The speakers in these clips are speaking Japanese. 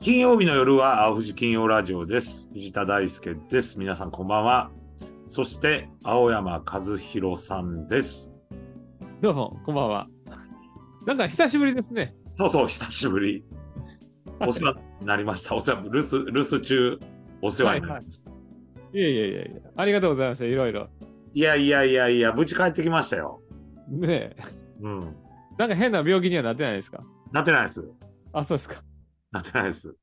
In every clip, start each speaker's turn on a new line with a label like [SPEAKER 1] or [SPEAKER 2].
[SPEAKER 1] 金曜日の夜は青藤金曜ラジオです。藤田大輔です。皆さんこんばんは。そして青山和弘さんです。
[SPEAKER 2] どうも、こんばんは。なんか久しぶりですね。
[SPEAKER 1] そうそう、久しぶり。お世話になりました。お 世話、留守、留守中、お世話になりました。
[SPEAKER 2] いやいやいやいや、ありがとうございました、いろいろ。
[SPEAKER 1] いやいやいやいや、無事帰ってきましたよ。
[SPEAKER 2] ねえ、
[SPEAKER 1] うん。
[SPEAKER 2] なんか変な病気にはなってないですか
[SPEAKER 1] なってないです。
[SPEAKER 2] あ、そうですか。
[SPEAKER 1] なってないです。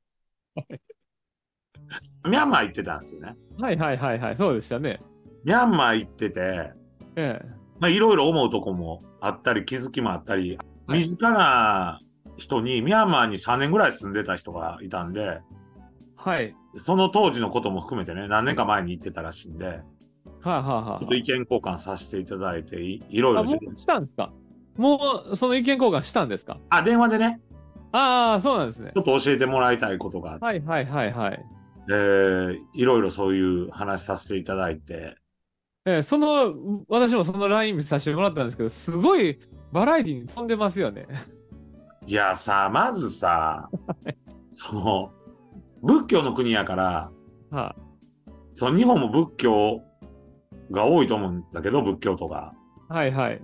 [SPEAKER 1] ミャンマー行ってたんですよね。
[SPEAKER 2] はいはいはいはい、そうでしたね。
[SPEAKER 1] ミャンマー行ってて、
[SPEAKER 2] え
[SPEAKER 1] まあ、いろいろ思うとこもあったり、気づきもあったり、
[SPEAKER 2] はい
[SPEAKER 1] 身近な人に、ミャンマーに3年ぐらい住んでた人がいたんで、
[SPEAKER 2] え、はい。
[SPEAKER 1] その当時のことも含めてね、何年か前に行ってたらしいんで、
[SPEAKER 2] はあ、はあは
[SPEAKER 1] ちょっと意見交換させていただいて、いいろい
[SPEAKER 2] あ、あ、
[SPEAKER 1] ろ
[SPEAKER 2] もうしたんですかもうその意見交換したんですか
[SPEAKER 1] あ、電話でね、
[SPEAKER 2] ああ、そうなんですね
[SPEAKER 1] ち。ょっと教えてもらいたいことがあって、
[SPEAKER 2] はいはいはいはい。
[SPEAKER 1] えーいろいろそういう話させていただいて、
[SPEAKER 2] ええ、その、私もその LINE 見させてもらったんですけど、すごいバラエティに飛んでますよね。
[SPEAKER 1] いやさ、まずさ、その、仏教の国やから、
[SPEAKER 2] は
[SPEAKER 1] その日本も仏教が多いと思うんだけど、仏教とか。
[SPEAKER 2] あ、はいはい。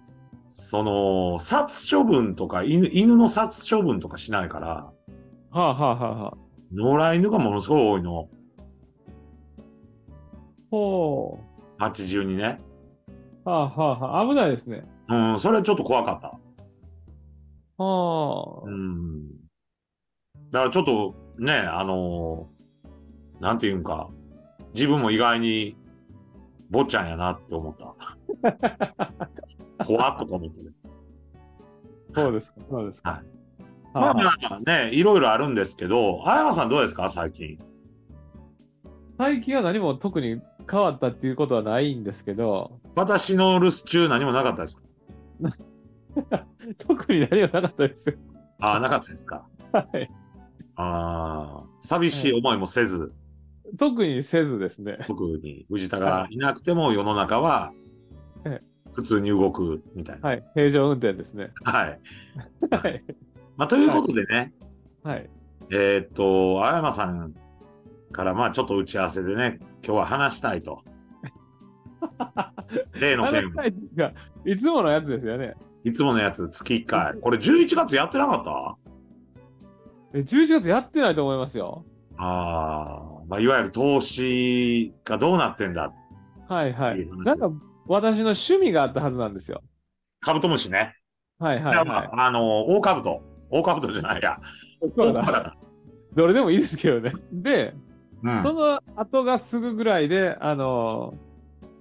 [SPEAKER 1] その、殺処分とか、犬犬の殺処分とかしないから、
[SPEAKER 2] はあ、はあはあはあ、
[SPEAKER 1] 野良犬がものすごい多いの。
[SPEAKER 2] ほう。
[SPEAKER 1] 街中にね。
[SPEAKER 2] はあ、はあはあ、危ないですね。
[SPEAKER 1] うん、それはちょっと怖かった。
[SPEAKER 2] はあ
[SPEAKER 1] う。ん。だからちょっと、ね、あのなんていうんか、自分も意外に、坊ちゃんやなって思 った。怖っとか思ってね。
[SPEAKER 2] そうですか、そうですか。
[SPEAKER 1] はい
[SPEAKER 2] あ
[SPEAKER 1] まあ
[SPEAKER 2] あ
[SPEAKER 1] まあね、いろいろあるんですけど、青山さんどうですか最近。
[SPEAKER 2] 最近は何も特に変わったっていうことはないんですけど、
[SPEAKER 1] 私の留守中何もなかったですか
[SPEAKER 2] 特に何もなかったですよ。
[SPEAKER 1] あ あ、なかったですか
[SPEAKER 2] はい。
[SPEAKER 1] ああ、寂しい思いもせず、
[SPEAKER 2] 特にせずですね。
[SPEAKER 1] 特に藤田がいなくても世の中は
[SPEAKER 2] え
[SPEAKER 1] 普通に動くみたいな。
[SPEAKER 2] はい。平常運転ですね。
[SPEAKER 1] はい。
[SPEAKER 2] はい。
[SPEAKER 1] まあ、ということでね、
[SPEAKER 2] はい。
[SPEAKER 1] えーっと、青山さんからまあちょっと打ち合わせでね、今日は話したい と。例の
[SPEAKER 2] あ
[SPEAKER 1] 件
[SPEAKER 2] の、回がいつものやつですよね。
[SPEAKER 1] いつものやつ月1回。これ11月やってなかった
[SPEAKER 2] え11月やってないと思いますよ。
[SPEAKER 1] ああ、まあ、いわゆる投資がどうなってんだ。
[SPEAKER 2] はいはい
[SPEAKER 1] いい
[SPEAKER 2] い。
[SPEAKER 1] 話
[SPEAKER 2] なんか私の趣味があったはずなんですよ。
[SPEAKER 1] カブトムシね。
[SPEAKER 2] はいはい
[SPEAKER 1] じゃあま
[SPEAKER 2] は
[SPEAKER 1] あ、あの、大カブト。大カブトじゃないや。
[SPEAKER 2] い。
[SPEAKER 1] 大
[SPEAKER 2] そう
[SPEAKER 1] カブ
[SPEAKER 2] だ
[SPEAKER 1] ト。
[SPEAKER 2] どれでもいいですけどね。で、
[SPEAKER 1] うん
[SPEAKER 2] その後がすぐぐらいで、あのー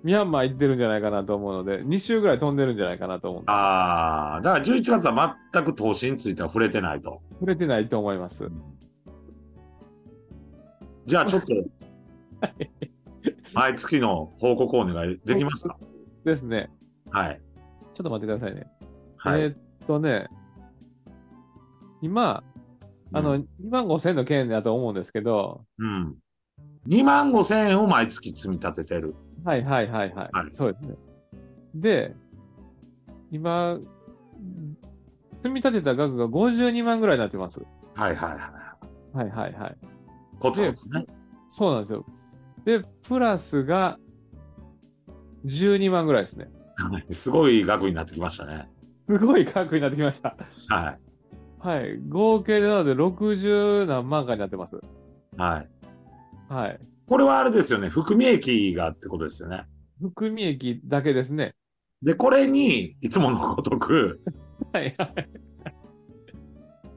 [SPEAKER 2] ミャンマー行ってるんじゃないかなと思うので、2週ぐらい飛んでるんじゃないかなと思うんですよ
[SPEAKER 1] ああ、だから11月は全く投資については触れてないと。
[SPEAKER 2] 触れてないと思います。
[SPEAKER 1] じゃあちょっ と、毎月の報告お願いできますか
[SPEAKER 2] ですね。
[SPEAKER 1] はい。
[SPEAKER 2] ちょっと待ってくださいね。
[SPEAKER 1] はい。
[SPEAKER 2] えーっとね、今、あ
[SPEAKER 1] う
[SPEAKER 2] の、
[SPEAKER 1] ん、
[SPEAKER 2] 2万5千の件だと思うんですけど、
[SPEAKER 1] うん。2万5千円を毎月積み立ててる。
[SPEAKER 2] はいはいはいはい。
[SPEAKER 1] はい
[SPEAKER 2] そうですね。で、今、積み立てた額が52万ぐらいになってます。
[SPEAKER 1] はいはいはい。
[SPEAKER 2] はいはいはい。
[SPEAKER 1] コツコツね。
[SPEAKER 2] そうなんですよ。で、プラスが12万ぐらいですね。
[SPEAKER 1] はいすごい額になってきましたね。
[SPEAKER 2] すごい額になってきました。
[SPEAKER 1] は
[SPEAKER 2] はい。合計でなので60何万かになってます。
[SPEAKER 1] い。はい。
[SPEAKER 2] はい。
[SPEAKER 1] これはあれですよね。含み益がってことですよね。
[SPEAKER 2] 含み益だけですね。
[SPEAKER 1] で、これに、いつものごとく、
[SPEAKER 2] はいはい。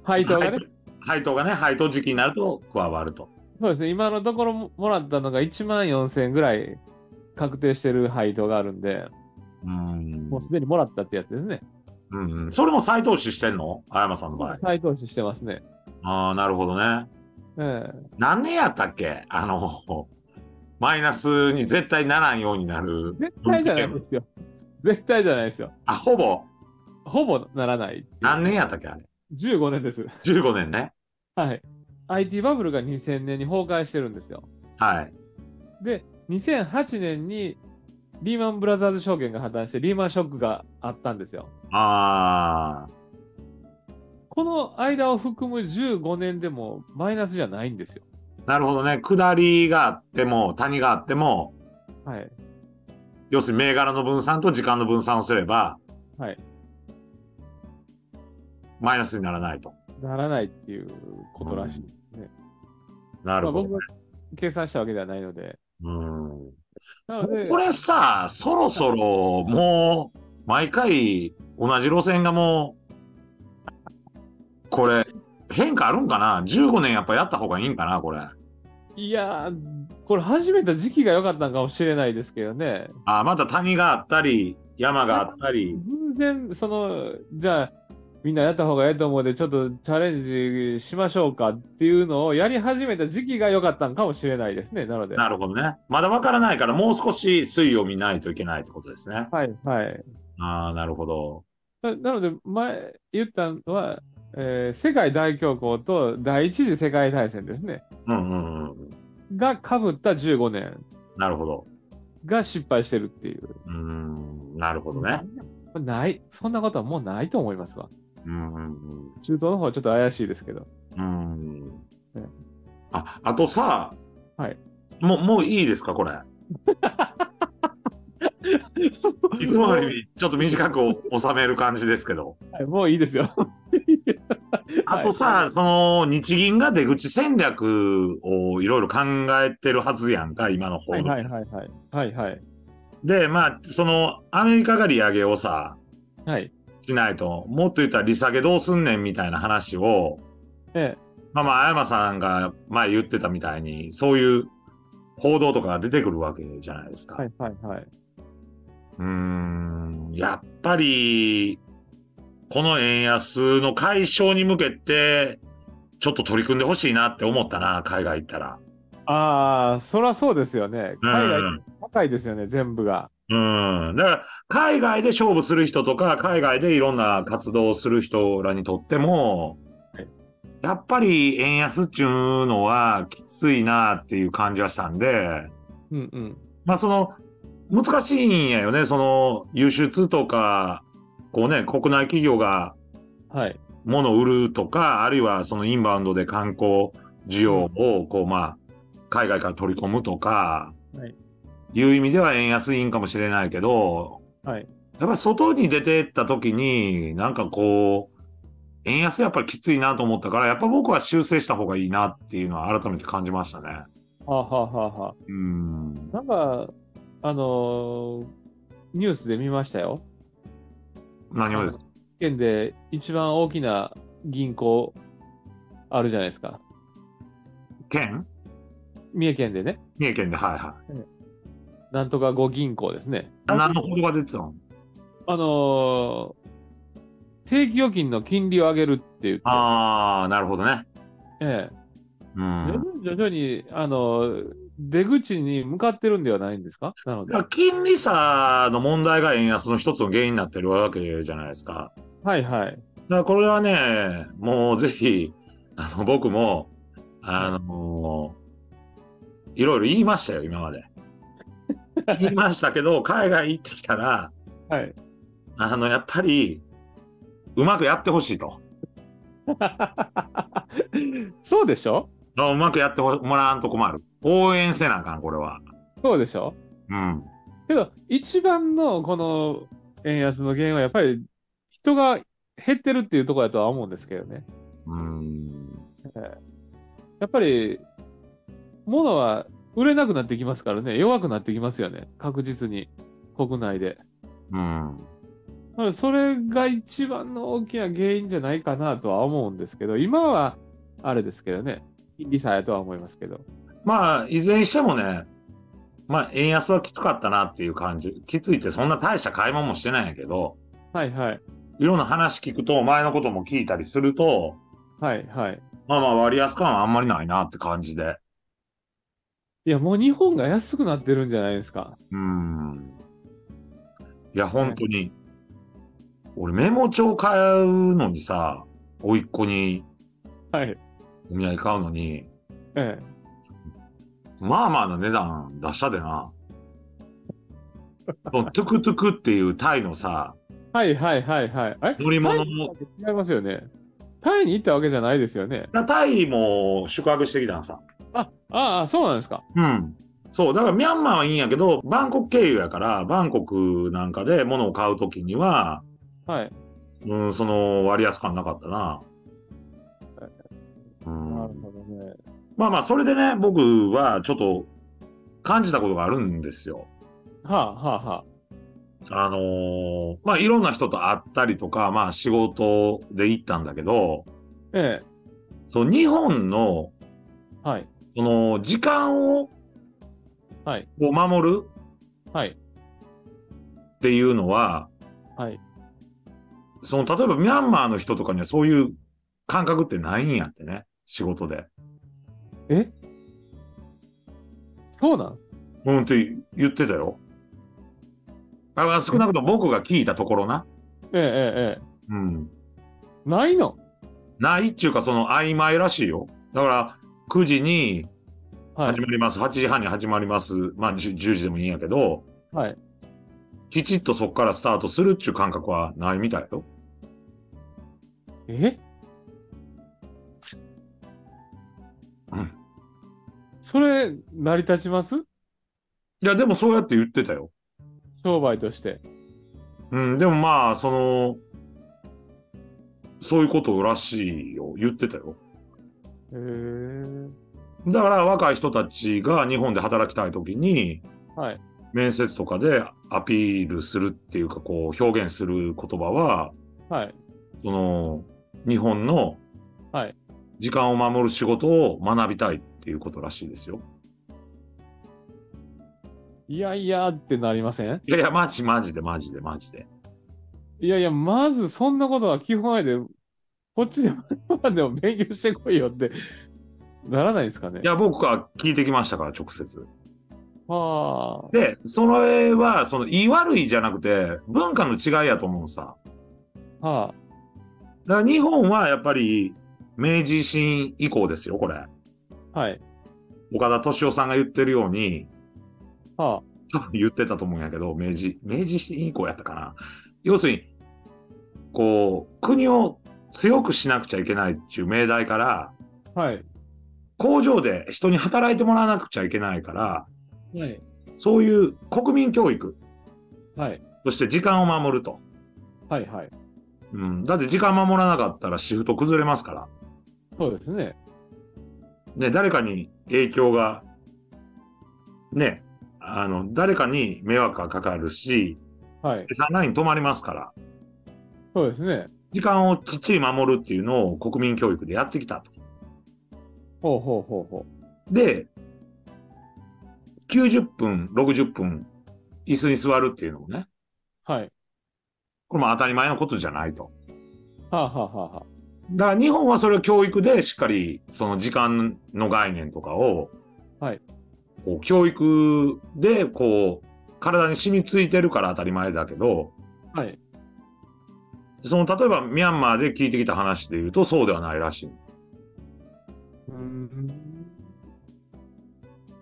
[SPEAKER 2] 配当がね。
[SPEAKER 1] 配当がね、配当時期になると加わると。
[SPEAKER 2] そうですね。今のところももらったのが1万4000円ぐらい確定してる配当があるんで、
[SPEAKER 1] うん
[SPEAKER 2] もうすでにもらったってやつですね。
[SPEAKER 1] うんうん、それも再投資してんの青山さんの場合。
[SPEAKER 2] 再投資してますね。
[SPEAKER 1] ああ、なるほどね。
[SPEAKER 2] ええ
[SPEAKER 1] 何年やったっけ あの、マイナスに絶対ならんようになる。
[SPEAKER 2] 絶対じゃないですよ。絶対じゃないですよ。
[SPEAKER 1] あ、ほぼ
[SPEAKER 2] ほぼならない。
[SPEAKER 1] 何年やったっけあれ。
[SPEAKER 2] 15年です。
[SPEAKER 1] 15年ね。
[SPEAKER 2] はい。IT バブルが2000年に崩壊してるんですよ。
[SPEAKER 1] はい。
[SPEAKER 2] で、2008年にリーマンブラザーズ証券が破綻してリーマンショックがあったんですよ。
[SPEAKER 1] ああ、
[SPEAKER 2] この間を含む15年でもマイナスじゃないんですよ。
[SPEAKER 1] なるほどね。下りがあっても、谷があっても、
[SPEAKER 2] はい。
[SPEAKER 1] 要するに銘柄の分散と時間の分散をすれば、
[SPEAKER 2] はい。
[SPEAKER 1] マイナスにならないと。
[SPEAKER 2] ならないっていうことらしいですね。
[SPEAKER 1] な
[SPEAKER 2] ま
[SPEAKER 1] る
[SPEAKER 2] あ、
[SPEAKER 1] ほ
[SPEAKER 2] 僕
[SPEAKER 1] ど。
[SPEAKER 2] が計算したわけではないので。
[SPEAKER 1] うん。
[SPEAKER 2] なので、
[SPEAKER 1] これさ、そろそろもう、毎回同じ路線がもう、これ、変化あるんかな ?15 年やっぱやった方がいいんかなこれ。
[SPEAKER 2] いやー、これ始めた時期が良かったのかもしれないですけどね。
[SPEAKER 1] あまた谷があったり、山があったり。
[SPEAKER 2] 偶然、その、じゃあ、みんなやった方がいいと思うので、ちょっとチャレンジしましょうかっていうのをやり始めた時期が良かったのかもしれないですね。なので。
[SPEAKER 1] なるほどね。まだわからないから、もう少し推移を見ないといけないってことですね。
[SPEAKER 2] はい、はい。
[SPEAKER 1] ああ、なるほど。
[SPEAKER 2] ななので、前言ったのは、えー世界大恐慌と第一次世界大戦ですね。
[SPEAKER 1] うんうんうん。
[SPEAKER 2] がかぶった15年
[SPEAKER 1] なるほど。
[SPEAKER 2] が失敗してるっていう。
[SPEAKER 1] うーん、なるほどね。
[SPEAKER 2] ない。そんなことはもうないと思いますわ。
[SPEAKER 1] うんうん
[SPEAKER 2] 中東の方はちょっと怪しいですけど。
[SPEAKER 1] うん。うー
[SPEAKER 2] ね
[SPEAKER 1] ん。あ、あとさ、
[SPEAKER 2] はい。
[SPEAKER 1] もう、もういいですか、 これ。いつもよりちょっと短くお収める感じですけど。
[SPEAKER 2] はいもういいですよ。
[SPEAKER 1] あとさ、その日銀が出口戦略をいろいろ考えてるはずやんか、今の方
[SPEAKER 2] はいはいはいはい。はいはい。
[SPEAKER 1] で、まあ、そのアメリカが利上げをさ、
[SPEAKER 2] はい。
[SPEAKER 1] しないと、もっと言ったら利下げどうすんねんみたいな話を、
[SPEAKER 2] え
[SPEAKER 1] まあまあ、青山さんが前言ってたみたいに、そういう報道とかが出てくるわけじゃないですか。
[SPEAKER 2] はいはいはい。
[SPEAKER 1] うーん、やっぱり、この円安の解消に向けて、ちょっと取り組んでほしいなって思ったな、海外行ったら。
[SPEAKER 2] ああ、そりゃそうですよね。
[SPEAKER 1] うん
[SPEAKER 2] 海外高いですよね、全部が。
[SPEAKER 1] うん。だから、海外で勝負する人とか、海外でいろんな活動をする人らにとっても
[SPEAKER 2] はい、
[SPEAKER 1] やっぱり円安っていうのはきついなっていう感じはしたんで、
[SPEAKER 2] うんうん。
[SPEAKER 1] まあその、難しいんやよね。その、輸出とか、こうね、国内企業が
[SPEAKER 2] はい。
[SPEAKER 1] 物を売るとか、あるいはそのインバウンドで観光需要を、こうまあ、海外から取り込むとか、
[SPEAKER 2] はい
[SPEAKER 1] い、う意味では円安いんかもしれないけど、
[SPEAKER 2] はい
[SPEAKER 1] やっぱり外に出てった時に、なんかこう、円安やっぱりきついなと思ったから、やっぱ僕は修正した方がいいなっていうのは改めて感じましたね。
[SPEAKER 2] はあ、はあはあは
[SPEAKER 1] うん。
[SPEAKER 2] あ、なんか、あのーニュースで見ましたよ。
[SPEAKER 1] 何をですか
[SPEAKER 2] 県で一番大きな銀行あるじゃないですか。
[SPEAKER 1] 県
[SPEAKER 2] 三重県でね。
[SPEAKER 1] 三重県で、はいはい。
[SPEAKER 2] なんとか5銀行ですね。
[SPEAKER 1] 何の報道が出てたの
[SPEAKER 2] あのー定期預金の金利を上げるって言って、
[SPEAKER 1] ああ、なるほどね。
[SPEAKER 2] ええ
[SPEAKER 1] う
[SPEAKER 2] 徐
[SPEAKER 1] ん。
[SPEAKER 2] 々に徐々に、あのー出口に向かってるんではないんですかなので。
[SPEAKER 1] だか
[SPEAKER 2] は
[SPEAKER 1] ら金利差の問題が円安の一つの原因になってるわけじゃないですか。
[SPEAKER 2] いはい。
[SPEAKER 1] だからこれはね、もうぜひ、あの、僕も、あの、いろいろ言いましたよ、今まで。言いましたけど、海外行ってきたら、
[SPEAKER 2] はい。
[SPEAKER 1] あの、やっぱり、うまくやってほしいと。
[SPEAKER 2] そうでしょ
[SPEAKER 1] あうまくやってほもらわんと困る。応援せなあかん、これは。
[SPEAKER 2] そうでしょ
[SPEAKER 1] うん。
[SPEAKER 2] けど、一番のこの円安の原因はやっぱり人が減ってるっていうところだとは思うんですけどね。
[SPEAKER 1] うん。
[SPEAKER 2] やっぱり、物は売れなくなってきますからね、弱くなってきますよね、確実に、国内で。
[SPEAKER 1] うん。
[SPEAKER 2] なのでそれが一番の大きな原因じゃないかなとは思うんですけど、今はあれですけどね、金利差やとは思いますけど。
[SPEAKER 1] まあ、いずれにしてもね、まあ、円安はきつかったなっていう感じ。きついってそんな大した買い物もしてないんやけど、
[SPEAKER 2] はいはい、
[SPEAKER 1] いろんな話聞くと、前のことも聞いたりすると、
[SPEAKER 2] はいはい。
[SPEAKER 1] まあまあ割安感はあんまりないなって感じで。
[SPEAKER 2] いや、もう日本が安くなってるんじゃないですか。
[SPEAKER 1] うーん。いや、本当に。俺、メモ帳買うのにさ、おいっ子に
[SPEAKER 2] はい。
[SPEAKER 1] お土産買うのに、
[SPEAKER 2] ええ。
[SPEAKER 1] まあまあな値段出したでな。そのトゥクトゥクっていうタイのさ、
[SPEAKER 2] はいはいはいはい。え
[SPEAKER 1] 乗り物
[SPEAKER 2] タイと違いますよね。タイに行ったわけじゃないですよね。
[SPEAKER 1] なタイも宿泊してきたんさ。
[SPEAKER 2] あ、ああ、そうなんですか。
[SPEAKER 1] うん。そう、だからミャンマーはいいんやけど、バンコク経由やから、バンコクなんかで物を買うときには、
[SPEAKER 2] はい。
[SPEAKER 1] うん、その割安感なかったな。う
[SPEAKER 2] なる
[SPEAKER 1] ん、
[SPEAKER 2] ほどね。
[SPEAKER 1] まあまあ、それでね、僕はちょっと感じたことがあるんですよ。
[SPEAKER 2] はあ、はあ、は
[SPEAKER 1] あのーまあいろんな人と会ったりとか、まあ仕事で行ったんだけど、
[SPEAKER 2] あ。え
[SPEAKER 1] そう、日本の、
[SPEAKER 2] え。はい。
[SPEAKER 1] その、時間を、
[SPEAKER 2] はい。
[SPEAKER 1] を守る
[SPEAKER 2] はい。
[SPEAKER 1] っていうのは、
[SPEAKER 2] はい。
[SPEAKER 1] その、例えばミャンマーの人とかにはそういう感覚ってないんやってね、仕事で。
[SPEAKER 2] そうなん
[SPEAKER 1] うんって言ってたよ。あ少なくとも僕が聞いたところな。
[SPEAKER 2] ええ、ええ、
[SPEAKER 1] う
[SPEAKER 2] え
[SPEAKER 1] ん。
[SPEAKER 2] え。ないの
[SPEAKER 1] ないっていうか、その曖昧らしいよ。だから、9時に
[SPEAKER 2] はい
[SPEAKER 1] 始。まります、8時半に始まります、まあ 10, 10時でもいいんやけど、
[SPEAKER 2] はい。
[SPEAKER 1] きちっとそこからスタートするっていう感覚はないみたいよ。
[SPEAKER 2] え
[SPEAKER 1] うん
[SPEAKER 2] それ、成り立ちます
[SPEAKER 1] いや、でもそうやって言ってたよ。
[SPEAKER 2] 商売として。
[SPEAKER 1] うん、でもまあ、その、そういうことらしいよ。言ってたよ。
[SPEAKER 2] へえ。
[SPEAKER 1] だから若い人たちが日本で働きたいときに、
[SPEAKER 2] はい。
[SPEAKER 1] 面接とかでアピールするっていうか、こう、表現する言葉は、
[SPEAKER 2] はい。
[SPEAKER 1] その、日本の
[SPEAKER 2] はい、
[SPEAKER 1] 時間を守る仕事を学びたいっていうことらしいですよ。
[SPEAKER 2] いやいやってなりません
[SPEAKER 1] いやいや、マジマジでマジでマジで。
[SPEAKER 2] いやいや、まずそんなことは基本あれで、こっちででも勉強してこいよってならないですかね
[SPEAKER 1] い。や、僕は聞いてきましたから、直接。
[SPEAKER 2] は
[SPEAKER 1] で、それは、その、言い悪いじゃなくて、文化の違いやと思うさ。
[SPEAKER 2] あ、は
[SPEAKER 1] だから日本はやっぱり、明治維新以降ですよ、これ。
[SPEAKER 2] あ、はい、
[SPEAKER 1] 岡田敏夫さんが言ってるように、
[SPEAKER 2] は
[SPEAKER 1] 多分言ってたと思うんやけど、明治、明治維新以降やったかな。要するに、こう、国を強くしなくちゃいけないっていう命題から、
[SPEAKER 2] あ、はい、
[SPEAKER 1] 工場で人に働いてもらわなくちゃいけないから、
[SPEAKER 2] はい、
[SPEAKER 1] そういう国民教育
[SPEAKER 2] はい、
[SPEAKER 1] として時間を守ると。
[SPEAKER 2] はい、はい。
[SPEAKER 1] うん。だって時間守らなかったらシフト崩れますから。
[SPEAKER 2] そうですね。
[SPEAKER 1] ね、誰かに影響が、ね、あの、誰かに迷惑がかかるし、
[SPEAKER 2] はい、
[SPEAKER 1] 生産ライン止まりますから。
[SPEAKER 2] そうですね。
[SPEAKER 1] 時間をきっちり守るっていうのを国民教育でやってきたと。
[SPEAKER 2] ほうほうほうほ
[SPEAKER 1] で、90分、60分、椅子に座るっていうのもね、
[SPEAKER 2] う。はい、
[SPEAKER 1] これも当たり前のことじゃないと。
[SPEAKER 2] はあ、はあはあは
[SPEAKER 1] だから日本はそれを教育でしっかりその時間の概念とかを、
[SPEAKER 2] はい
[SPEAKER 1] こう教育でこう体に染みついてるから当たり前だけど、
[SPEAKER 2] あ、はい。
[SPEAKER 1] その例えばミャンマーで聞いてきた話で言うとそうではないらしい。いう
[SPEAKER 2] ーん、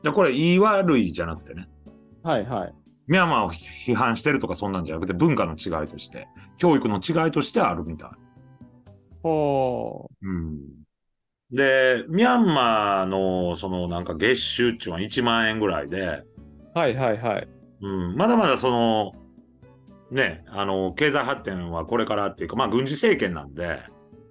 [SPEAKER 1] やこれ言い悪いじゃなくてね。
[SPEAKER 2] はい、はい。
[SPEAKER 1] ミャンマーを批判してるとかそんなんじゃなくて文化の違いとして、教育の違いとしてあるみたい。
[SPEAKER 2] ほ
[SPEAKER 1] うん、で、ミャンマーのそのなんか月収っていうのは1万円ぐらいで、
[SPEAKER 2] う。はい、はい、はい。
[SPEAKER 1] うん、まだまだその、ね、あの、経済発展はこれからっていうか、まあ軍事政権なんで、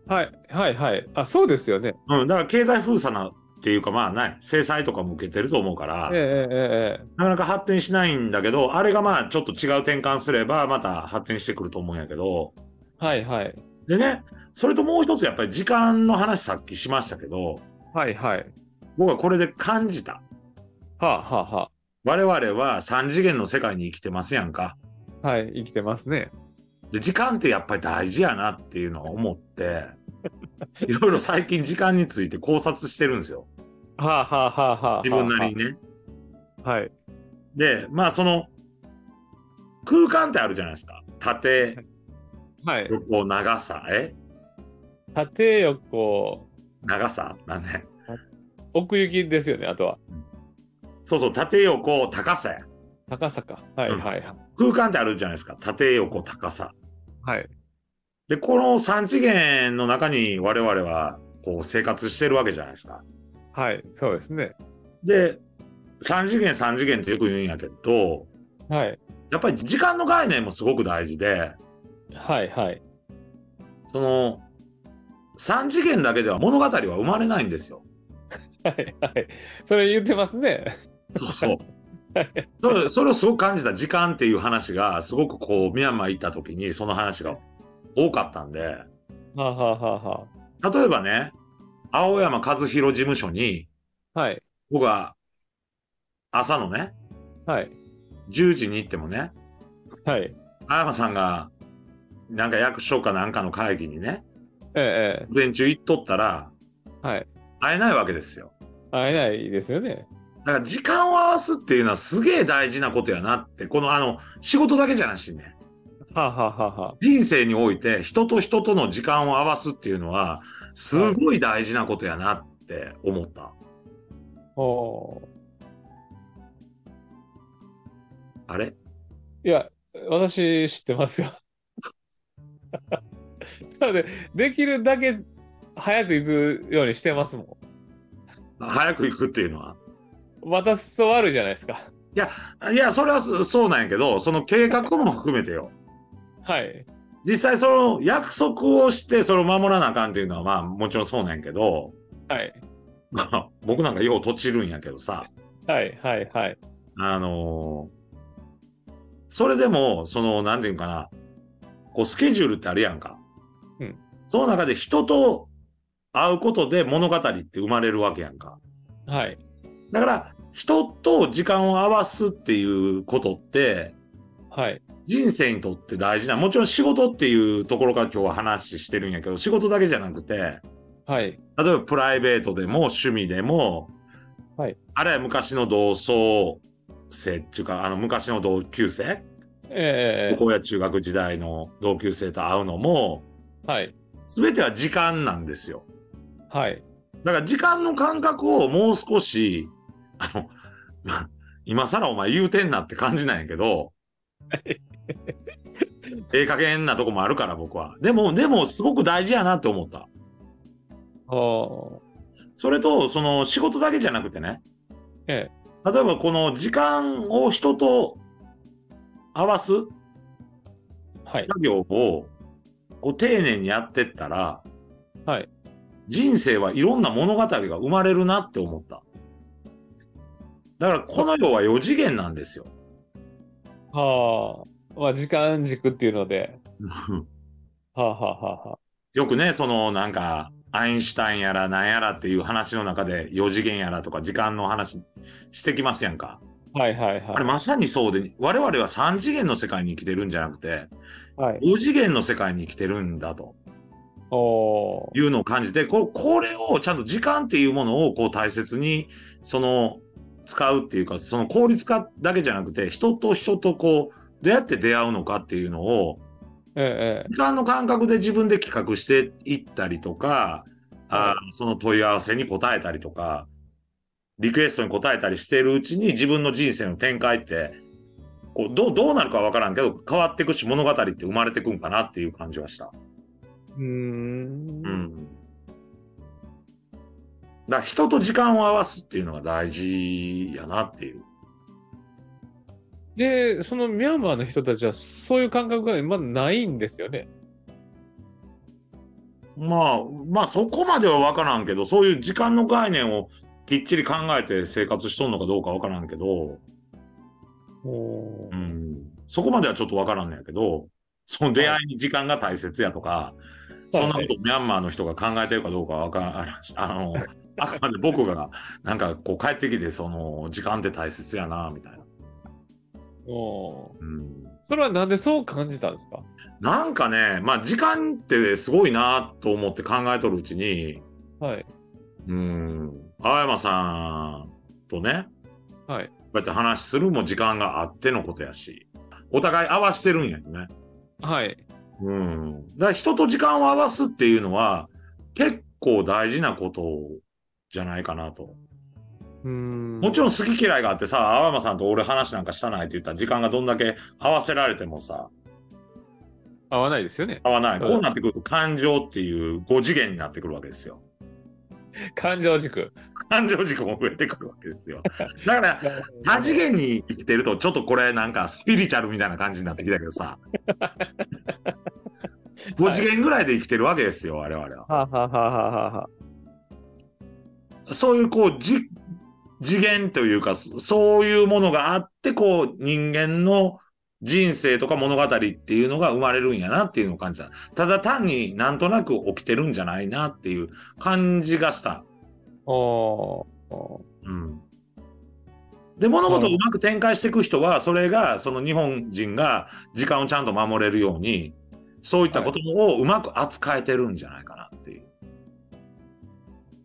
[SPEAKER 2] はい、はい、はい。あ、そうですよね。
[SPEAKER 1] うん、だから経済封鎖なっていうかまあない、制裁とかも受けてると思うから、
[SPEAKER 2] ええ、ええ、ええ。
[SPEAKER 1] なかなか発展しないんだけど、あれがまあちょっと違う転換すればまた発展してくると思うんやけど、
[SPEAKER 2] はい、はい。
[SPEAKER 1] でね、それともう一つやっぱり時間の話さっきしましたけど、
[SPEAKER 2] はい、はい。
[SPEAKER 1] 僕はこれで感じた。
[SPEAKER 2] はあ、はあ、は
[SPEAKER 1] 我々は三次元の世界に生きてますやんか。
[SPEAKER 2] あ。はい、生きてますね。
[SPEAKER 1] で、時間ってやっぱり大事やなっていうのを思 って、いろいろ最近時間について考察してるんですよ。
[SPEAKER 2] はあ、はあ、はあ、はあ。
[SPEAKER 1] 自分なりにね。
[SPEAKER 2] はい。
[SPEAKER 1] で、まあその、空間ってあるじゃないですか。縦、
[SPEAKER 2] はい。
[SPEAKER 1] 横、長さ、え
[SPEAKER 2] 縦横、
[SPEAKER 1] 長さなんで、
[SPEAKER 2] 奥行きですよね、あとは。
[SPEAKER 1] そうそう、縦、横、高さや。
[SPEAKER 2] 高さか。はい、
[SPEAKER 1] うん
[SPEAKER 2] はい、はい。
[SPEAKER 1] 空間ってあるじゃないですか。縦、横、高さ。
[SPEAKER 2] はい。
[SPEAKER 1] で、この3次元の中に我々はこう生活してるわけじゃないですか。
[SPEAKER 2] はい、そうですね。
[SPEAKER 1] で、3次元3次元ってよく言うんやけど、
[SPEAKER 2] はい、
[SPEAKER 1] やっぱり時間の概念もすごく大事で、
[SPEAKER 2] はい、はい。
[SPEAKER 1] その、3次元だけでは物語は生まれないんですよ。
[SPEAKER 2] はい、はい。それ言ってますね。
[SPEAKER 1] そうそう。それそれをすごく感じた時間っていう話が、すごくこう、ミャンマー行った時にその話が多かったんで、
[SPEAKER 2] はあ、はあはあは
[SPEAKER 1] 例えばね、青山和弘事務所に、
[SPEAKER 2] あ、はい、
[SPEAKER 1] 僕は朝のね、
[SPEAKER 2] はい、
[SPEAKER 1] 10時に行ってもね、
[SPEAKER 2] はい。
[SPEAKER 1] 青山さんが、なんか役所かなんかの会議にね、
[SPEAKER 2] ええ、え
[SPEAKER 1] 午前中行っとったら、
[SPEAKER 2] えはい。
[SPEAKER 1] 会えないわけですよ。
[SPEAKER 2] 会えないですよね。
[SPEAKER 1] だから時間を合わすっていうのはすげえ大事なことやなって、このあの、仕事だけじゃなしね、
[SPEAKER 2] はあ、はあはあはあ、
[SPEAKER 1] 人生において人と人との時間を合わすっていうのは、すごい大事なことやなって思った。
[SPEAKER 2] おー
[SPEAKER 1] あれ
[SPEAKER 2] いや、私知ってますよ。 なので、できるだけ早く行くようにしてますも
[SPEAKER 1] 早く行くっていうのは。
[SPEAKER 2] ん。渡すと悪いじゃないですか。
[SPEAKER 1] いや、それはそそうなんやけど、その計画も含めてよ。
[SPEAKER 2] はい、
[SPEAKER 1] 実際その約束をしてそれを守らなあかんっていうのはまあもちろんそうなんやけど、
[SPEAKER 2] はい、
[SPEAKER 1] まあ僕なんかようとちるんやけどさ、
[SPEAKER 2] はい、はい、はい。
[SPEAKER 1] あのーそれでも、その、なんていうんかな、こうスケジュールってあるやんか。
[SPEAKER 2] うん
[SPEAKER 1] その中で人と会うことで物語って生まれるわけやんか。
[SPEAKER 2] はい、
[SPEAKER 1] だから、人と時間を合わすっていうことって、
[SPEAKER 2] はい、
[SPEAKER 1] 人生にとって大事な、もちろん仕事っていうところから今日は話してるんやけど、仕事だけじゃなくて、
[SPEAKER 2] はい、
[SPEAKER 1] 例えばプライベートでも趣味でも、
[SPEAKER 2] はい
[SPEAKER 1] あれは昔の同窓生っていうか、あの昔の同級生、
[SPEAKER 2] ええ
[SPEAKER 1] 高校や中学時代の同級生と会うのも、
[SPEAKER 2] はい、
[SPEAKER 1] 全ては時間なんですよ。
[SPEAKER 2] はい、
[SPEAKER 1] だから時間の感覚をもう少し、あの、まあ今更お前言うてんなって感じなんやけど、ええ加減なとこもあるから僕は。でも、でもすごく大事やなって思った。
[SPEAKER 2] おー
[SPEAKER 1] それと、その仕事だけじゃなくてね、
[SPEAKER 2] え
[SPEAKER 1] 例えばこの時間を人と合わす
[SPEAKER 2] はい
[SPEAKER 1] 作、業をこう丁寧にやってったら、
[SPEAKER 2] はい
[SPEAKER 1] 人生はいろんな物語が生まれるなって思った。だからこの世は4次元なんですよ。
[SPEAKER 2] はあ、まあ、時間軸っていうので、はあ、はあ、はあ、は
[SPEAKER 1] よくね、そのなんか、アインシュタインやらなんやらっていう話の中で4次元やらとか時間の話してきますやんか。
[SPEAKER 2] あ、はい、はい、
[SPEAKER 1] あれ
[SPEAKER 2] は
[SPEAKER 1] まさにそうで、我々は3次元の世界に生きてるんじゃなくて、
[SPEAKER 2] い、はい、
[SPEAKER 1] 5次元の世界に生きてるんだと。
[SPEAKER 2] おー
[SPEAKER 1] いうのを感じて、ここれをちゃんと時間っていうものをこう大切に、その、使うっていうか、その効率化だけじゃなくて、人と人とこう、どうやって出会うのかっていうのを、
[SPEAKER 2] ええ、
[SPEAKER 1] 時間の感覚で自分で企画していったりとか、あーその問い合わせに答えたりとか、リクエストに答えたりしてるうちに自分の人生の展開って、こうどうどうなるかわからんけど、変わっていくし物語って生まれてくんかなっていう感じはした。
[SPEAKER 2] ええ、うーん
[SPEAKER 1] う。ん。だから人と時間を合わすっていうのが大事やなっていう。
[SPEAKER 2] で、そのミャンマーの人たちはそういう感覚がまだないんですよね。
[SPEAKER 1] まあ、まあそこまでは分からんけど、そういう時間の概念をきっちり考えて生活しとんのかどうか分からんけど、う
[SPEAKER 2] おー
[SPEAKER 1] ん、そこまではちょっと分からんねやけど、その出会いに時間が大切やとか、そんなことをミャンマーの人が考えてるかどうかは分からんし、あの、あくまで僕がなんかこう帰ってきて、その時間って大切やな、みたいな。
[SPEAKER 2] おー
[SPEAKER 1] うん
[SPEAKER 2] それはなんでそう感じたんですか
[SPEAKER 1] なんかね、まあ時間ってすごいなと思って考えとるうちに、
[SPEAKER 2] はい。
[SPEAKER 1] うん、青山さんとね、
[SPEAKER 2] はい
[SPEAKER 1] こうやって話するも時間があってのことやし、お互い合わしてるんやよね。
[SPEAKER 2] はい。
[SPEAKER 1] うん。だから人と時間を合わすっていうのは、結構大事なことじゃないかなと。
[SPEAKER 2] うーん。
[SPEAKER 1] もちろん好き嫌いがあってさ、青山さんと俺話なんかしたないって言ったら時間がどんだけ合わせられてもさ、
[SPEAKER 2] ん。合わないですよね。
[SPEAKER 1] 合わない。
[SPEAKER 2] そう
[SPEAKER 1] こうなってくると感情っていう5次元になってくるわけですよ。
[SPEAKER 2] 感情軸。
[SPEAKER 1] 感情軸も増えてくるわけですよ。だから、多次元に生きてると、ちょっとこれなんかスピリチュアルみたいな感じになってきたけどさ。5次元ぐらいで生きてるわけですよ、我々は。
[SPEAKER 2] はあ、はあはあはあはあ、
[SPEAKER 1] そういうこう、じ次元というか、そそういうものがあって、こう、人間の人生とか物語っていうのが生まれるんやなっていうのを感じた。ただ単になんとなく起きてるんじゃないなっていう感じがした。
[SPEAKER 2] おーお
[SPEAKER 1] うんで物事をうまく展開していく人はそれがその日本人が時間をちゃんと守れるようにそういったことをうまく扱えてるんじゃないかなっていう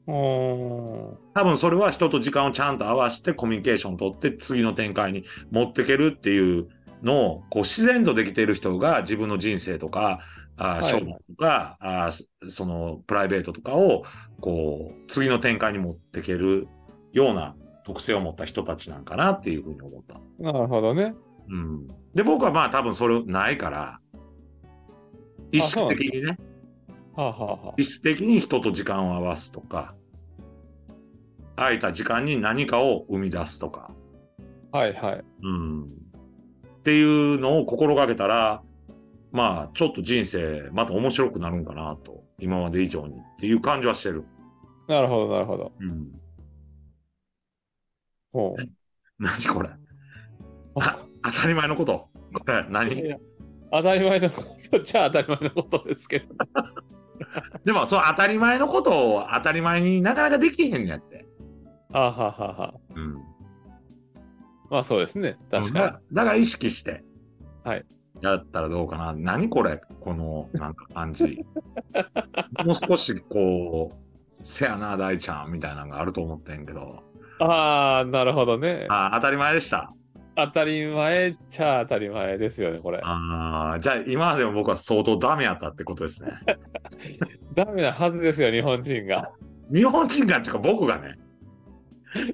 [SPEAKER 2] ーお
[SPEAKER 1] 多分それは人と時間をちゃんと合わせてコミュニケーション取って次の展開に持っていけるっていうのをこう自然とできている人が自分の人生とかあー
[SPEAKER 2] はい
[SPEAKER 1] 商売とか、あーそそのプライベートとかをこう次の展開に持っていけるような特性を持った人たちなんかなっていうふうに思った。
[SPEAKER 2] ーなるほどね。
[SPEAKER 1] うん、で僕はまあ多分それないから意識的にね
[SPEAKER 2] はあ、はあは
[SPEAKER 1] 意識的に人と時間を合わすとか空いた時間に何かを生み出すとか、
[SPEAKER 2] あ、はいはい。
[SPEAKER 1] うん、っていうのを心がけたらまあちょっと人生また面白くなるんかなと今まで以上にっていう感じはしてる。
[SPEAKER 2] なるほどなるほど。
[SPEAKER 1] うん、
[SPEAKER 2] ほう
[SPEAKER 1] 何これあ当たり前のことこれ
[SPEAKER 2] い
[SPEAKER 1] 何
[SPEAKER 2] や当たり前のことじゃあ当たり前のことですけど。
[SPEAKER 1] でもそう当たり前のことを当たり前になかなかできへんねやって。
[SPEAKER 2] はあ、はあはあはあ、
[SPEAKER 1] うん
[SPEAKER 2] まあそうですね。確
[SPEAKER 1] だ
[SPEAKER 2] か
[SPEAKER 1] だから意識して。
[SPEAKER 2] はい。
[SPEAKER 1] やったらどうかな。何これこの、なんか感 じ。もう少し、こう、せやな、大ちゃんみたいなのがあると思ってんけど。
[SPEAKER 2] に。ああ、なるほどね。
[SPEAKER 1] あー当たり前でした。
[SPEAKER 2] 当たり前っちゃ当たり前ですよね、これ。
[SPEAKER 1] あーじゃあ、今までも僕は相当ダメやったってことです ね。
[SPEAKER 2] ダメなはずですよ、日本人が。
[SPEAKER 1] 日本人が、ていうか僕がね。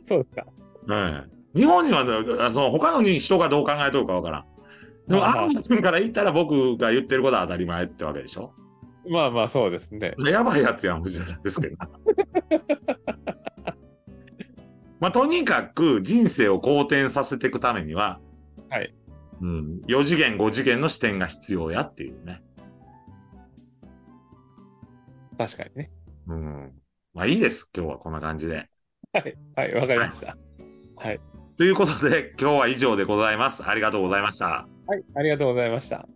[SPEAKER 2] そうですか。
[SPEAKER 1] うん。日本人はだ、あその他の人がどう考えとるかわからん。でも、
[SPEAKER 2] まあまあ
[SPEAKER 1] アン君から言ったら僕が言ってることは当たり前ってわけでしょ。
[SPEAKER 2] まあまあそうですね。
[SPEAKER 1] やばいやつやん、藤田ですけど。 まあ、とにかく人生を好転させていくためには、
[SPEAKER 2] はい
[SPEAKER 1] うん、4次元、5次元の視点が必要やっていうね。
[SPEAKER 2] 確かにね。
[SPEAKER 1] うん、まあいいです、今日はこんな感じで。
[SPEAKER 2] はい、はい、わかりました。はい、
[SPEAKER 1] ということで、今日は以上でございます。ありがとうございました。
[SPEAKER 2] はい、ありがとうございました。